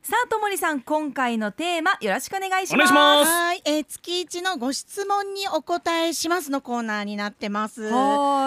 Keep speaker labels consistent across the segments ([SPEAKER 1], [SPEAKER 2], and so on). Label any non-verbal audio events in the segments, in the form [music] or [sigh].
[SPEAKER 1] さあともりさん今回のテーマよろしくお願いし
[SPEAKER 2] お願
[SPEAKER 1] ます
[SPEAKER 2] いします
[SPEAKER 3] はい、えー月一のご質問にお答えしますのコーナーになってます。
[SPEAKER 1] は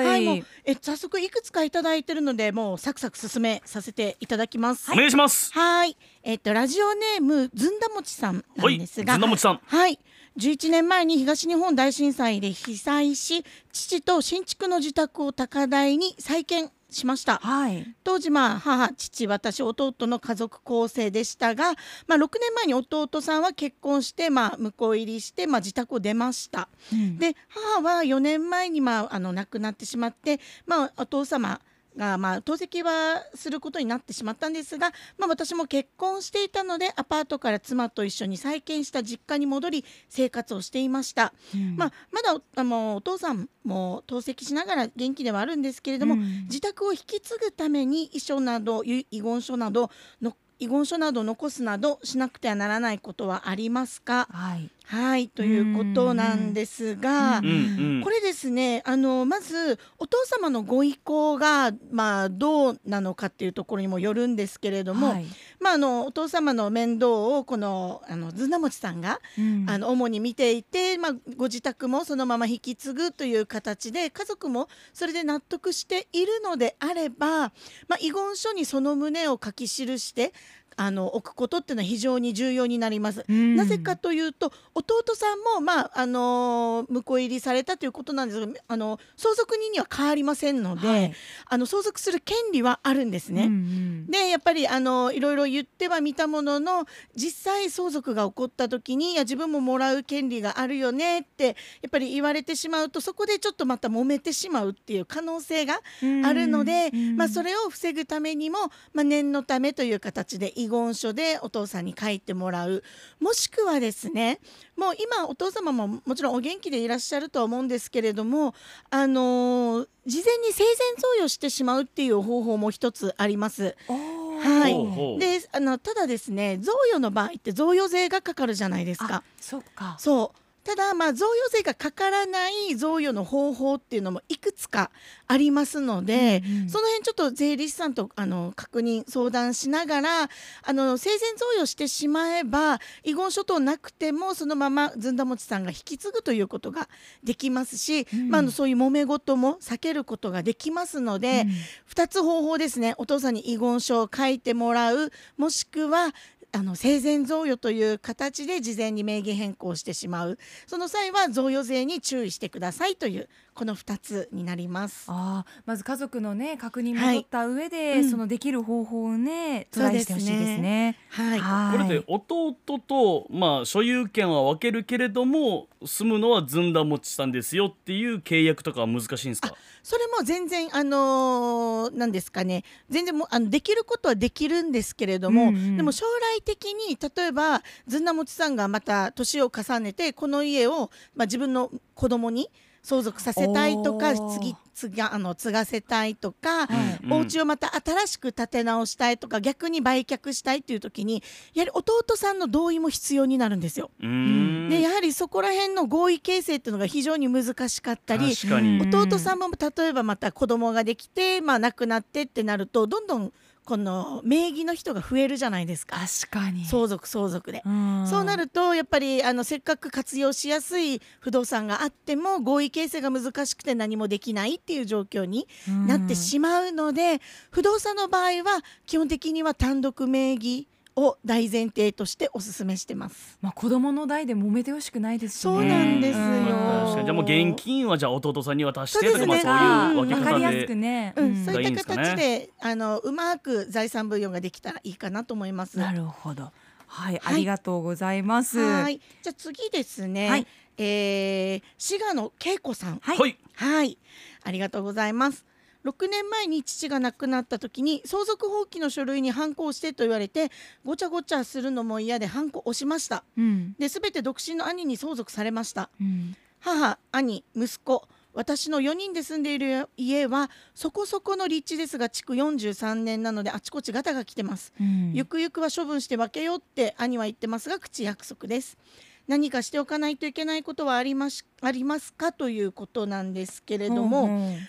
[SPEAKER 1] ーい
[SPEAKER 3] もうえー早速いくつかいただいてるので、もうサクサク進めさせていただきます。
[SPEAKER 2] お願いします
[SPEAKER 3] はい、えっとラジオネームずんだもちさんな
[SPEAKER 2] は
[SPEAKER 3] ん
[SPEAKER 2] い
[SPEAKER 3] です
[SPEAKER 2] ずん
[SPEAKER 3] が、
[SPEAKER 2] だもちさん
[SPEAKER 3] はい。11年前に東日本大震災で被災し、父と新築の自宅を高台に再建しました。
[SPEAKER 1] はい
[SPEAKER 3] 当時、まあ、母、父、私、弟の家族構成でしたが、まあ、6年前に弟さんは結婚して、まあ、向こう入りして、まあ、自宅を出ました。
[SPEAKER 1] うん
[SPEAKER 3] で母は4年前に、まあ、あの亡くなってしまって、まあ、お父様が、まあ、透析はすることになってしまったんですが、まあ、私も結婚していたのでアパートから妻と一緒に再建した実家に戻り生活をしていました、
[SPEAKER 1] うん
[SPEAKER 3] まあ、まだおあのお父さんも透析しながら元気ではあるんですけれども、
[SPEAKER 1] うん
[SPEAKER 3] 自宅を引き継ぐために遺書など遺遺言書などの遺言書などを残すなどしなくてはならないことはありますか
[SPEAKER 1] はい
[SPEAKER 3] はいということなんですが、
[SPEAKER 1] う
[SPEAKER 2] うんうん
[SPEAKER 3] これですねあのまずお父様のご意向が、まあ、どうなのかっていうところにもよるんですけれども、
[SPEAKER 1] はい
[SPEAKER 3] まあ、あのお父様の面倒をこのあのずんだもちさんが、
[SPEAKER 1] うん
[SPEAKER 3] あの主に見ていて、まあ、ご自宅もそのまま引き継ぐという形で家族もそれで納得しているのであれば、まあ、遺言書にその旨を書き記してあの置くことっていうのは非常に重要になります。
[SPEAKER 1] うん
[SPEAKER 3] なぜかというと弟さんも、まああのー婿入りされたということなんですがあの相続人には変わりませんので、
[SPEAKER 1] はい
[SPEAKER 3] あの相続する権利はあるんですね。
[SPEAKER 1] うんうん
[SPEAKER 3] でやっぱりあのいろいろ言ってはみたものの実際相続が起こった時にいや自分ももらう権利があるよねってやっぱり言われてしまうとそこでちょっとまた揉めてしまうっていう可能性があるので、
[SPEAKER 1] うん
[SPEAKER 3] まあ、それを防ぐためにも、まあ、念のためという形で遺言書でお父さんに書いてもらうもしくはですねもう今お父様ももちろんお元気でいらっしゃるとは思うんですけれども、あのー事前に生前贈与してしまうっていう方法も一つあります。
[SPEAKER 1] おー
[SPEAKER 3] はい
[SPEAKER 2] ほうほう
[SPEAKER 3] であのただですね贈与の場合って贈与税がかかるじゃないですか
[SPEAKER 1] あ。そっか
[SPEAKER 3] そうただまあ贈与税がかからない贈与の方法っていうのもいくつかありますので、
[SPEAKER 1] うんうん
[SPEAKER 3] その辺ちょっと税理士さんとあの確認相談しながらあの生前贈与してしまえば遺言書等なくてもそのままずんだもちさんが引き継ぐということができますし、
[SPEAKER 1] うん
[SPEAKER 3] まあ、あのそういう揉め事も避けることができますので、
[SPEAKER 1] うん
[SPEAKER 3] 2つ方法ですねお父さんに遺言書を書いてもらうもしくはあの生前贈与という形で事前に名義変更してしまうその際は贈与税に注意してくださいというこの2つになります。
[SPEAKER 1] あーまず家族のね確認も
[SPEAKER 3] は
[SPEAKER 1] 取
[SPEAKER 3] い
[SPEAKER 1] った上で、
[SPEAKER 3] うん
[SPEAKER 1] そのできる方法をねト
[SPEAKER 3] そう
[SPEAKER 1] ラ
[SPEAKER 3] で
[SPEAKER 1] イし
[SPEAKER 3] す
[SPEAKER 1] て
[SPEAKER 3] ね
[SPEAKER 1] ほしいですね。
[SPEAKER 3] はい、
[SPEAKER 2] これで弟と、まあ、所有権は分けるけれども住むのはずんだもちさんですよっていう契約とかは難しいんですか
[SPEAKER 3] それも全然あのーなんですかね全然もうあのできることはできるんですけれども、
[SPEAKER 1] うんうん
[SPEAKER 3] でも将来的に例えばずんなもちさんがまた年を重ねてこの家を、まあ、自分の子供に相続させたいとか
[SPEAKER 1] おー
[SPEAKER 3] 次継があの継がせたいと
[SPEAKER 1] は
[SPEAKER 3] か、
[SPEAKER 1] い
[SPEAKER 2] うん
[SPEAKER 3] お家をまた新しく建て直したいとか逆に売却したいという時にやはり弟さんの同意も必要になるんですよ。
[SPEAKER 2] うーん
[SPEAKER 3] でやはりそこら辺の合意形成っていうのが非常に難しかったり
[SPEAKER 2] 確かに、
[SPEAKER 1] うん
[SPEAKER 3] 弟さんも例えばまた子供ができて、まあ、亡くなってってなるとどんどんこの名義の人が増えるじゃないですか
[SPEAKER 1] 確かに
[SPEAKER 3] 相続相続で。
[SPEAKER 1] うん
[SPEAKER 3] そうなるとやっぱりあのせっかく活用しやすい不動産があっても合意形成が難しくて何もできないっていう状況に
[SPEAKER 1] うん
[SPEAKER 3] なってしまうので、不動産の場合は基本的には単独名義を大前提としてお勧めしてます。
[SPEAKER 1] まあ、子供の代で揉めてほしくないですしね
[SPEAKER 3] そうなんですよ
[SPEAKER 2] まあ確かにじゃあもう現
[SPEAKER 1] 気
[SPEAKER 2] 金はじゃあ弟さんに渡してと
[SPEAKER 3] そ
[SPEAKER 2] か、
[SPEAKER 3] う
[SPEAKER 2] ま
[SPEAKER 3] で
[SPEAKER 2] あ
[SPEAKER 3] すね
[SPEAKER 2] そういう
[SPEAKER 3] う
[SPEAKER 2] 分
[SPEAKER 3] ん
[SPEAKER 2] け
[SPEAKER 1] わか
[SPEAKER 2] 方
[SPEAKER 1] りや
[SPEAKER 2] です
[SPEAKER 1] くね、
[SPEAKER 3] うん
[SPEAKER 1] うん
[SPEAKER 3] そういった
[SPEAKER 2] がいい
[SPEAKER 3] 形
[SPEAKER 2] ん
[SPEAKER 3] であのうまく財産分与ができたらいいかなと思います。
[SPEAKER 1] なるほどはい、
[SPEAKER 3] はい
[SPEAKER 1] ありがとうございます
[SPEAKER 3] はーい。じゃあ次ですね。
[SPEAKER 1] はい
[SPEAKER 3] えー滋賀の恵子さん。
[SPEAKER 1] はい
[SPEAKER 2] はい
[SPEAKER 3] はい。ありがとうございます。6年前に父が亡くなった時に相続放棄の書類にハンコをしてと言われてごちゃごちゃするのも嫌でハンコを押しました。
[SPEAKER 1] うん
[SPEAKER 3] で全て独身の兄に相続されました。
[SPEAKER 1] うん
[SPEAKER 3] 母、兄、息子、私の4人で住んでいる家はそこそこの立地ですが築43年なのであちこちガタが来てます。
[SPEAKER 1] うん
[SPEAKER 3] ゆくゆくは処分して分けようって兄は言ってますが口約束です何かしておかないといけないことはありますありますかということなんですけれ
[SPEAKER 1] け
[SPEAKER 3] ども、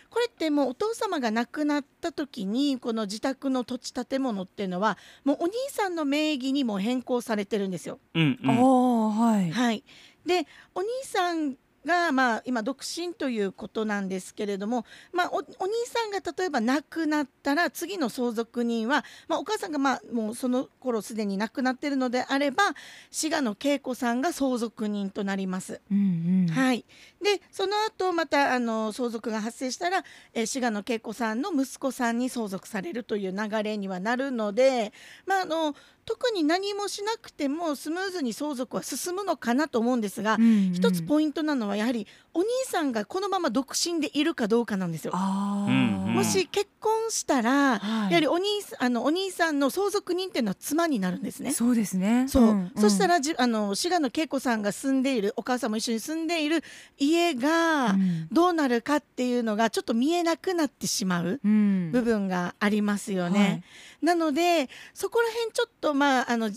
[SPEAKER 3] これってもうお父様が亡くなった時にこの自宅の土地建物っていうのはもうお兄さんの名義にも変更されてるんですよ。
[SPEAKER 2] うんう
[SPEAKER 1] あ
[SPEAKER 2] ん
[SPEAKER 1] あはい。
[SPEAKER 3] はい、でお兄さんが、まあ、今独身ということなんですけれども、まあ、おお兄さんが例えば亡くなったら次の相続人は、まあ、お母さんが、まあ、もうその頃すでに亡くなってるのであれば滋賀の恵子さんが相続人となります。
[SPEAKER 1] うんうん。
[SPEAKER 3] はい、でその後またあの相続が発生したら、えー滋賀の恵子さんの息子さんに相続されるという流れにはなるので、まあ、あの特に何もしなくてもスムーズに相続は進むのかなと思うんですが、
[SPEAKER 1] うんうん
[SPEAKER 3] 一つポイントなのはやはりお兄さんがこのまま独身でいるかどうかなんですよ。
[SPEAKER 1] ああ、
[SPEAKER 2] うんうん
[SPEAKER 3] もし結婚したら、
[SPEAKER 1] はい
[SPEAKER 3] やはりお兄さんあのお兄さんの相続人っていうのは妻になるんですね。
[SPEAKER 1] そうですね。
[SPEAKER 3] そう、
[SPEAKER 1] んん
[SPEAKER 3] そしたらじあの滋賀の恵子さんが住んでいるお母さんも一緒に住んでいる家
[SPEAKER 1] う
[SPEAKER 3] が
[SPEAKER 1] ん
[SPEAKER 3] どうなるかっていうのがちょっと見えなくなってしまう
[SPEAKER 1] うん
[SPEAKER 3] 部分がありますよね。なのでそこら辺ちょっとまああの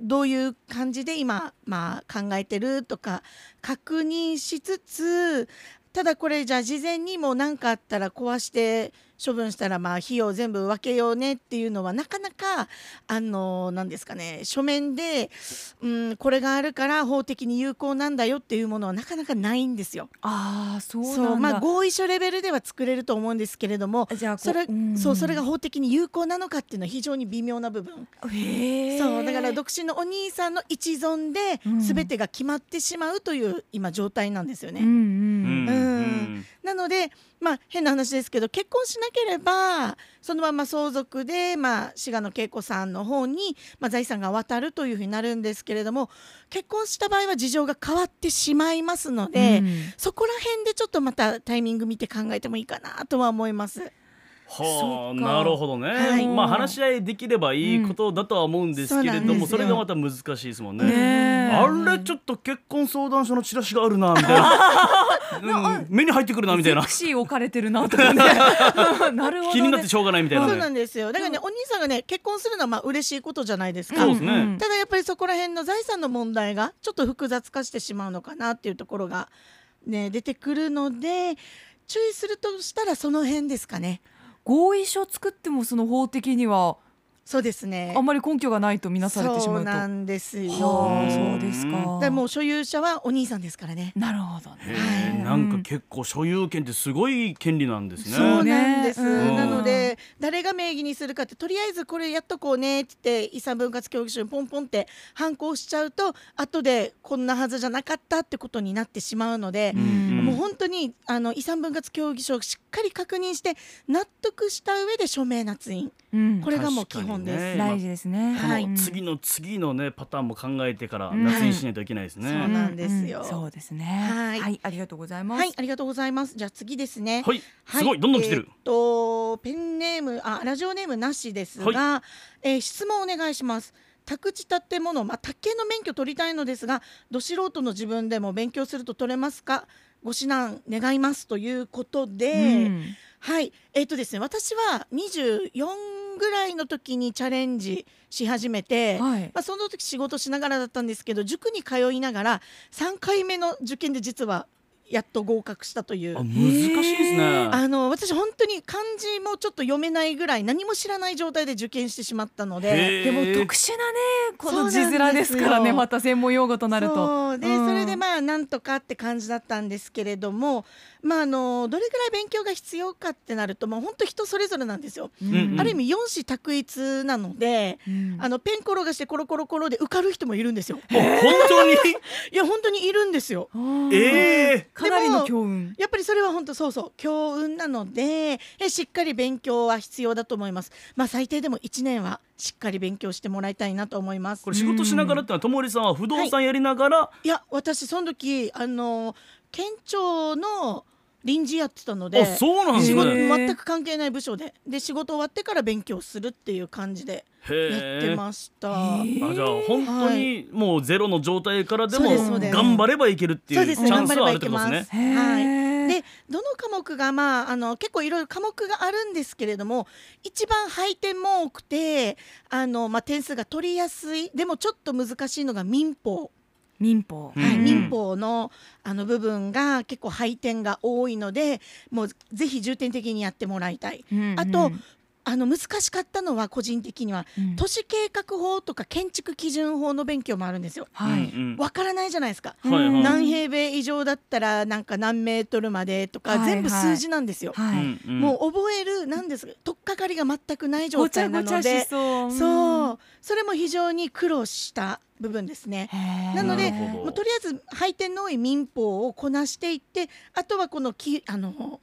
[SPEAKER 3] どういう感じで今、まあ、考えてるとか確認しつつただこれじゃあ事前にもう何かあったら壊して処分したらまあ費用全部分けようねっていうのはなかなかあのなんですかね書面で、うん、これがあるから法的に有効なんだよっていうものはなかなかないんですよ。
[SPEAKER 1] ああそうなんだ。
[SPEAKER 3] そうまあ合意書レベルでは作れると思うんですけれども
[SPEAKER 1] じゃあこ
[SPEAKER 3] それ、
[SPEAKER 1] ん
[SPEAKER 3] そうそれが法的に有効なのかっていうのは非常に微妙な部分、
[SPEAKER 1] へえ。
[SPEAKER 3] そうだから独身のお兄さんの一存で
[SPEAKER 1] うん
[SPEAKER 3] 全てが決まってしまうという今状態なんですよね、
[SPEAKER 1] うん
[SPEAKER 2] う
[SPEAKER 1] うん。
[SPEAKER 2] んうん
[SPEAKER 3] なのでまあ変な話ですけど結婚しなければそのまま相続で、まあ、滋賀の恵子さんの方に、まあ、財産が渡るというふうになるんですけれども結婚した場合は事情が変わってしまいますので、
[SPEAKER 1] うん
[SPEAKER 3] そこら辺でちょっとまたタイミング見て考えてもいいかなとは思います。
[SPEAKER 2] は
[SPEAKER 1] そ
[SPEAKER 2] あ
[SPEAKER 1] っか
[SPEAKER 2] なるほどね、
[SPEAKER 3] はい
[SPEAKER 2] まあ話し合いできればいいことだとは思うんですけれども、
[SPEAKER 1] うん
[SPEAKER 2] そ
[SPEAKER 1] そう
[SPEAKER 2] れ
[SPEAKER 1] な
[SPEAKER 2] がま
[SPEAKER 1] ん
[SPEAKER 2] た難しいですもんね
[SPEAKER 1] ねえ
[SPEAKER 2] あれちょっと結婚相談所のチラシがあるなみたいな、う
[SPEAKER 3] [laughs]
[SPEAKER 2] ん目に入ってくるなみたいな
[SPEAKER 1] セクシー置かれてるなとかね。 [laughs] なるほど、ね。
[SPEAKER 2] 気になってしょうがないみたいな
[SPEAKER 3] そ
[SPEAKER 2] ね
[SPEAKER 3] うなんですよだからね、お兄さんがね結婚するのはまあ嬉しいことじゃないですか、
[SPEAKER 2] そうですね
[SPEAKER 1] んん
[SPEAKER 3] ただやっぱりそこら辺の財産の問題がちょっと複雑化してしまうのかなっていうところが、ね、出てくるので注意するとしたらその辺ですかね。
[SPEAKER 1] 合意書作ってもその法的には
[SPEAKER 3] そうですね
[SPEAKER 1] あんまり根拠がないとみなされてしま
[SPEAKER 3] そう
[SPEAKER 1] うと。
[SPEAKER 3] な
[SPEAKER 1] は
[SPEAKER 3] んですよ。
[SPEAKER 1] あ、そうです
[SPEAKER 2] うん
[SPEAKER 1] か。
[SPEAKER 3] でもう所有者はお兄さんですからね。
[SPEAKER 1] なるほど
[SPEAKER 2] へ
[SPEAKER 1] ね。
[SPEAKER 2] え
[SPEAKER 1] はい
[SPEAKER 2] なんか結構所有権ってすごい権利なんですね。
[SPEAKER 3] そうなんです、
[SPEAKER 1] ね
[SPEAKER 2] うん
[SPEAKER 3] なので誰が名義にするかってとりあえずこれやっとこうねって言って遺産分割協議書にポンポンって反抗しちゃうと後でこんなはずじゃなかったってことになってしまうので
[SPEAKER 1] う、ん
[SPEAKER 3] もう本当にあの遺産分割協議書をしっかり確認して納得した上で署名捺印
[SPEAKER 1] うん
[SPEAKER 3] これがもう基本です、
[SPEAKER 2] 確かにね
[SPEAKER 1] 大事ですね。
[SPEAKER 2] こ
[SPEAKER 3] はい
[SPEAKER 2] の次の次のねパターンも考えてから
[SPEAKER 1] うん
[SPEAKER 2] 夏にしないといけないですね。
[SPEAKER 3] そ
[SPEAKER 1] うん
[SPEAKER 3] うなんですよ
[SPEAKER 1] うんそうですね。
[SPEAKER 3] はい
[SPEAKER 1] はい、ありがとうございます。
[SPEAKER 3] はいありがとうございますじゃあ次ですね
[SPEAKER 2] はい、すごいどんどん来てる
[SPEAKER 3] えーっ。とペンネームあラジオネームなしですが、えー質問お願いします宅地建物まあ宅建の免許取りたいのですがど素人の自分でも勉強すると取れますかご指南願いますということで、
[SPEAKER 1] うん
[SPEAKER 3] はい、えっ、とですね、私は24ぐらいの時にチャレンジし始めて、
[SPEAKER 1] はい
[SPEAKER 3] ま。あその時仕事しながらだったんですけど、塾に通いながら3回目の受験で実はやっと合格したとい
[SPEAKER 2] あ
[SPEAKER 3] う。
[SPEAKER 2] 難しいです
[SPEAKER 1] へ
[SPEAKER 2] ね。
[SPEAKER 3] あの私本当に漢字もちょっと読めないぐらい何も知らない状態で受験してしまったので。
[SPEAKER 2] へえ
[SPEAKER 1] でも特殊なね、この字
[SPEAKER 3] そうな
[SPEAKER 1] 面
[SPEAKER 3] ん
[SPEAKER 1] で
[SPEAKER 3] ですすよ
[SPEAKER 1] からね、また専門用語となると。
[SPEAKER 3] そうで、
[SPEAKER 1] うん
[SPEAKER 3] それでまあなんとかって感じだったんですけれども、まあ、あのどれぐらい勉強が必要かってなるともう本当人それぞれなんですよ。
[SPEAKER 1] うん
[SPEAKER 2] うん
[SPEAKER 3] ある意味4子択一なので、
[SPEAKER 1] うん
[SPEAKER 3] あのペン転がしてコロコロコロで受かる人もいるんですよ。
[SPEAKER 2] あ本当
[SPEAKER 3] [laughs]
[SPEAKER 2] に
[SPEAKER 3] いや本当にいるんですよ。
[SPEAKER 1] あー
[SPEAKER 2] ええ
[SPEAKER 1] かなりの強運。
[SPEAKER 3] やっぱりそれは本当そうそう強運なのでえしっかり勉強は必要だと思います。まあ最低でも1年はしっかり勉強してもらいたいなと思います
[SPEAKER 2] これ。仕事しながらってのはともりさんは不動産やりながら、
[SPEAKER 3] いや私その時あの県庁の臨時やってたので
[SPEAKER 2] あ。そうなんです
[SPEAKER 3] 仕事
[SPEAKER 1] へ
[SPEAKER 2] ね。
[SPEAKER 1] え
[SPEAKER 3] 全く関係ない部署でで仕事終わってから勉強するっていう感じでやって
[SPEAKER 2] へえ。
[SPEAKER 3] ました。
[SPEAKER 1] へ
[SPEAKER 2] あじゃあ本当にもうゼロの状態からで
[SPEAKER 3] そ
[SPEAKER 2] も
[SPEAKER 3] う
[SPEAKER 1] ですそうです
[SPEAKER 2] 頑張ればいけるってい
[SPEAKER 3] そう
[SPEAKER 2] う
[SPEAKER 3] で
[SPEAKER 2] チ
[SPEAKER 3] すね
[SPEAKER 2] ャンスはあるってことですね。
[SPEAKER 1] へー
[SPEAKER 3] でどの科目が、まあ、あの結構いろいろ科目があるんですけれども一番配点も多くてあの、まあ、点数が取りやすいでもちょっと難しいのが民法
[SPEAKER 1] 民法、
[SPEAKER 2] うん
[SPEAKER 3] はい、
[SPEAKER 2] うん
[SPEAKER 3] 民法のあの部分が結構配点が多いのでもうぜひ重点的にやってもらいたい。あとあの難しかったのは個人的には都市計画法とか建築基準法の勉強もあるんですよ。
[SPEAKER 1] は
[SPEAKER 2] う
[SPEAKER 1] い、
[SPEAKER 2] ん
[SPEAKER 3] わからないじゃないですか。
[SPEAKER 2] うんはいはい
[SPEAKER 3] 何平米以上だったらなんか何メートルまでとか
[SPEAKER 1] はい
[SPEAKER 3] 全部数字なんですよ。
[SPEAKER 1] はい、
[SPEAKER 2] うんうん
[SPEAKER 3] もう覚えるなんです取っかかりが全くない状
[SPEAKER 1] ごち
[SPEAKER 3] 態
[SPEAKER 1] ゃ
[SPEAKER 3] な
[SPEAKER 1] ごち
[SPEAKER 3] の
[SPEAKER 1] ゃし
[SPEAKER 3] で、
[SPEAKER 1] そう
[SPEAKER 3] そううそれも非常に苦労した部分ですね。なので
[SPEAKER 2] なるほど
[SPEAKER 3] もうとりあえず配点の多い民法をこなしていってあとはこのきあの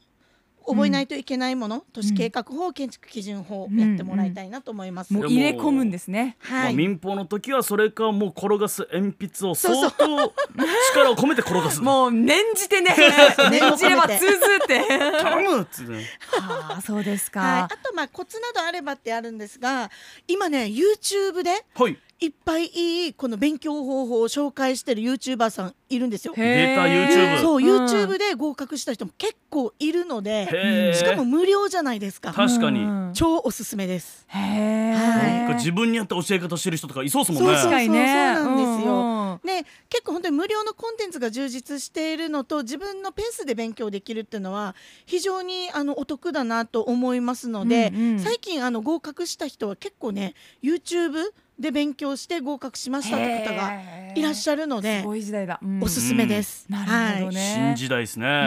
[SPEAKER 3] 覚えないといけないもの、都市計画法、建築基準法をやってもらいたいなと思います。
[SPEAKER 1] もう入れ込むんですね
[SPEAKER 2] ま
[SPEAKER 3] は
[SPEAKER 2] あ、
[SPEAKER 3] い、
[SPEAKER 2] 民放の時はそれかもう転がす鉛筆を
[SPEAKER 3] そうそ
[SPEAKER 2] 相
[SPEAKER 3] う
[SPEAKER 2] 当力を込めて転がす
[SPEAKER 1] もう念じてね [laughs] 念じれば通ずって
[SPEAKER 3] [laughs]
[SPEAKER 2] 頼むっつってね
[SPEAKER 1] はあそうです
[SPEAKER 3] はい、あ
[SPEAKER 1] か、
[SPEAKER 3] とまあコツなどあればってあるんですが今ね YouTube で
[SPEAKER 2] はい
[SPEAKER 3] いっぱいいいこの勉強方法を紹介してる YouTuber さんいるんですよ。
[SPEAKER 1] へえ
[SPEAKER 2] 出た YouTube
[SPEAKER 3] そう、
[SPEAKER 1] ん
[SPEAKER 3] YouTube で合格した人も結構いるので
[SPEAKER 2] へー
[SPEAKER 3] しかも無料じゃないですか
[SPEAKER 2] 確かに
[SPEAKER 1] うん
[SPEAKER 3] 超おすすめです。
[SPEAKER 1] へえ、
[SPEAKER 3] はい
[SPEAKER 2] なんか自分に合った教え方してる人とかいそうですもんね
[SPEAKER 3] そうそ
[SPEAKER 1] 確
[SPEAKER 3] う
[SPEAKER 1] かにね
[SPEAKER 3] そうなんですよ
[SPEAKER 1] んうん
[SPEAKER 3] ね、結構本当に無料のコンテンツが充実しているのと自分のペースで勉強できるっていうのは非常にあのお得だなと思いますので、
[SPEAKER 1] うんうん
[SPEAKER 3] 最近あの合格した人は結構ね YouTube で勉強して合格しましたって方が
[SPEAKER 1] へえ
[SPEAKER 3] いらっしゃるのです
[SPEAKER 1] ごい時代だ、うん
[SPEAKER 3] おすすめです。
[SPEAKER 1] うんなるほどね
[SPEAKER 2] 新時代ですね
[SPEAKER 1] ね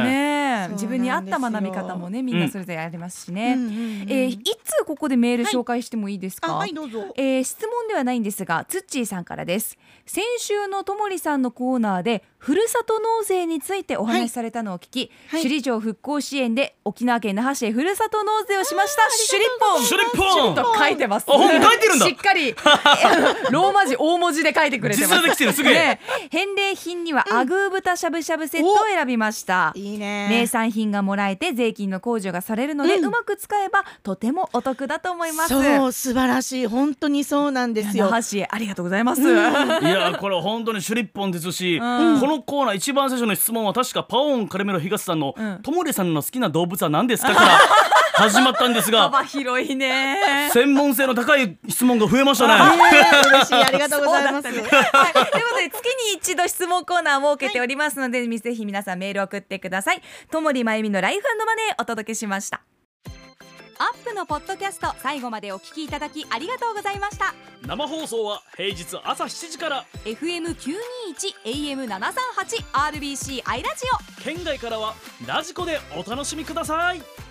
[SPEAKER 1] え
[SPEAKER 3] そうなんです
[SPEAKER 1] 自
[SPEAKER 3] よ
[SPEAKER 1] 分に合った学び方もねみんなそれぞれありますし
[SPEAKER 3] はい
[SPEAKER 1] ね、
[SPEAKER 3] うんうんうん
[SPEAKER 1] えーいつここでメール紹介してもいいですか、
[SPEAKER 3] あはいどうぞ。
[SPEAKER 1] えー質問ではないんですがツッチーさんからです先週のともりさんのコーナーでふるさと納税についてお話しされたのを聞き、
[SPEAKER 3] はい
[SPEAKER 1] 首里城復興支援で沖縄県那覇市へふるさと納税をしました首里ポン
[SPEAKER 2] シュリッポン
[SPEAKER 1] と書いてます。
[SPEAKER 2] あほんと書いてるんだ
[SPEAKER 1] しっかり、あのローマ字大文字で書いてくれてます。
[SPEAKER 2] 実際できてるすげえ
[SPEAKER 1] ねえ返礼品にはアグー豚しゃぶしゃぶセットを選びました。
[SPEAKER 3] いいね。
[SPEAKER 1] 名産品がもらえて税金の控除がされるので、
[SPEAKER 3] う
[SPEAKER 1] うんまく使えばとてもお得だと思います。
[SPEAKER 3] そう素晴らしい本当にそうなんです
[SPEAKER 1] 那
[SPEAKER 3] よ。
[SPEAKER 1] 覇市へありがとうございます。
[SPEAKER 2] いやこれ本当にシュリッポンですし、
[SPEAKER 1] うん
[SPEAKER 2] このコーナー一番最初の質問は確かパオンカレメロ東さんの
[SPEAKER 1] うん
[SPEAKER 2] 「ともりさんの好きな動物は何ですか?」から
[SPEAKER 1] [laughs]
[SPEAKER 2] 始まったんですが
[SPEAKER 1] 幅広いね。
[SPEAKER 2] 専門性の高い質問が増えましたね。
[SPEAKER 3] ね嬉しいありがとうございます。
[SPEAKER 1] そうだったねはい、ということで月に一度質問コーナーを設けておりますので、ぜひ皆さんメールを送ってくださいともりまゆみのライフマネーお届けしましたアップのポッドキャスト最後までお聞きいただきありがとうございました
[SPEAKER 2] 生放送は平日朝7時から
[SPEAKER 1] FM921 AM738 RBC アイラジオ
[SPEAKER 2] 県外からはラジコでお楽しみください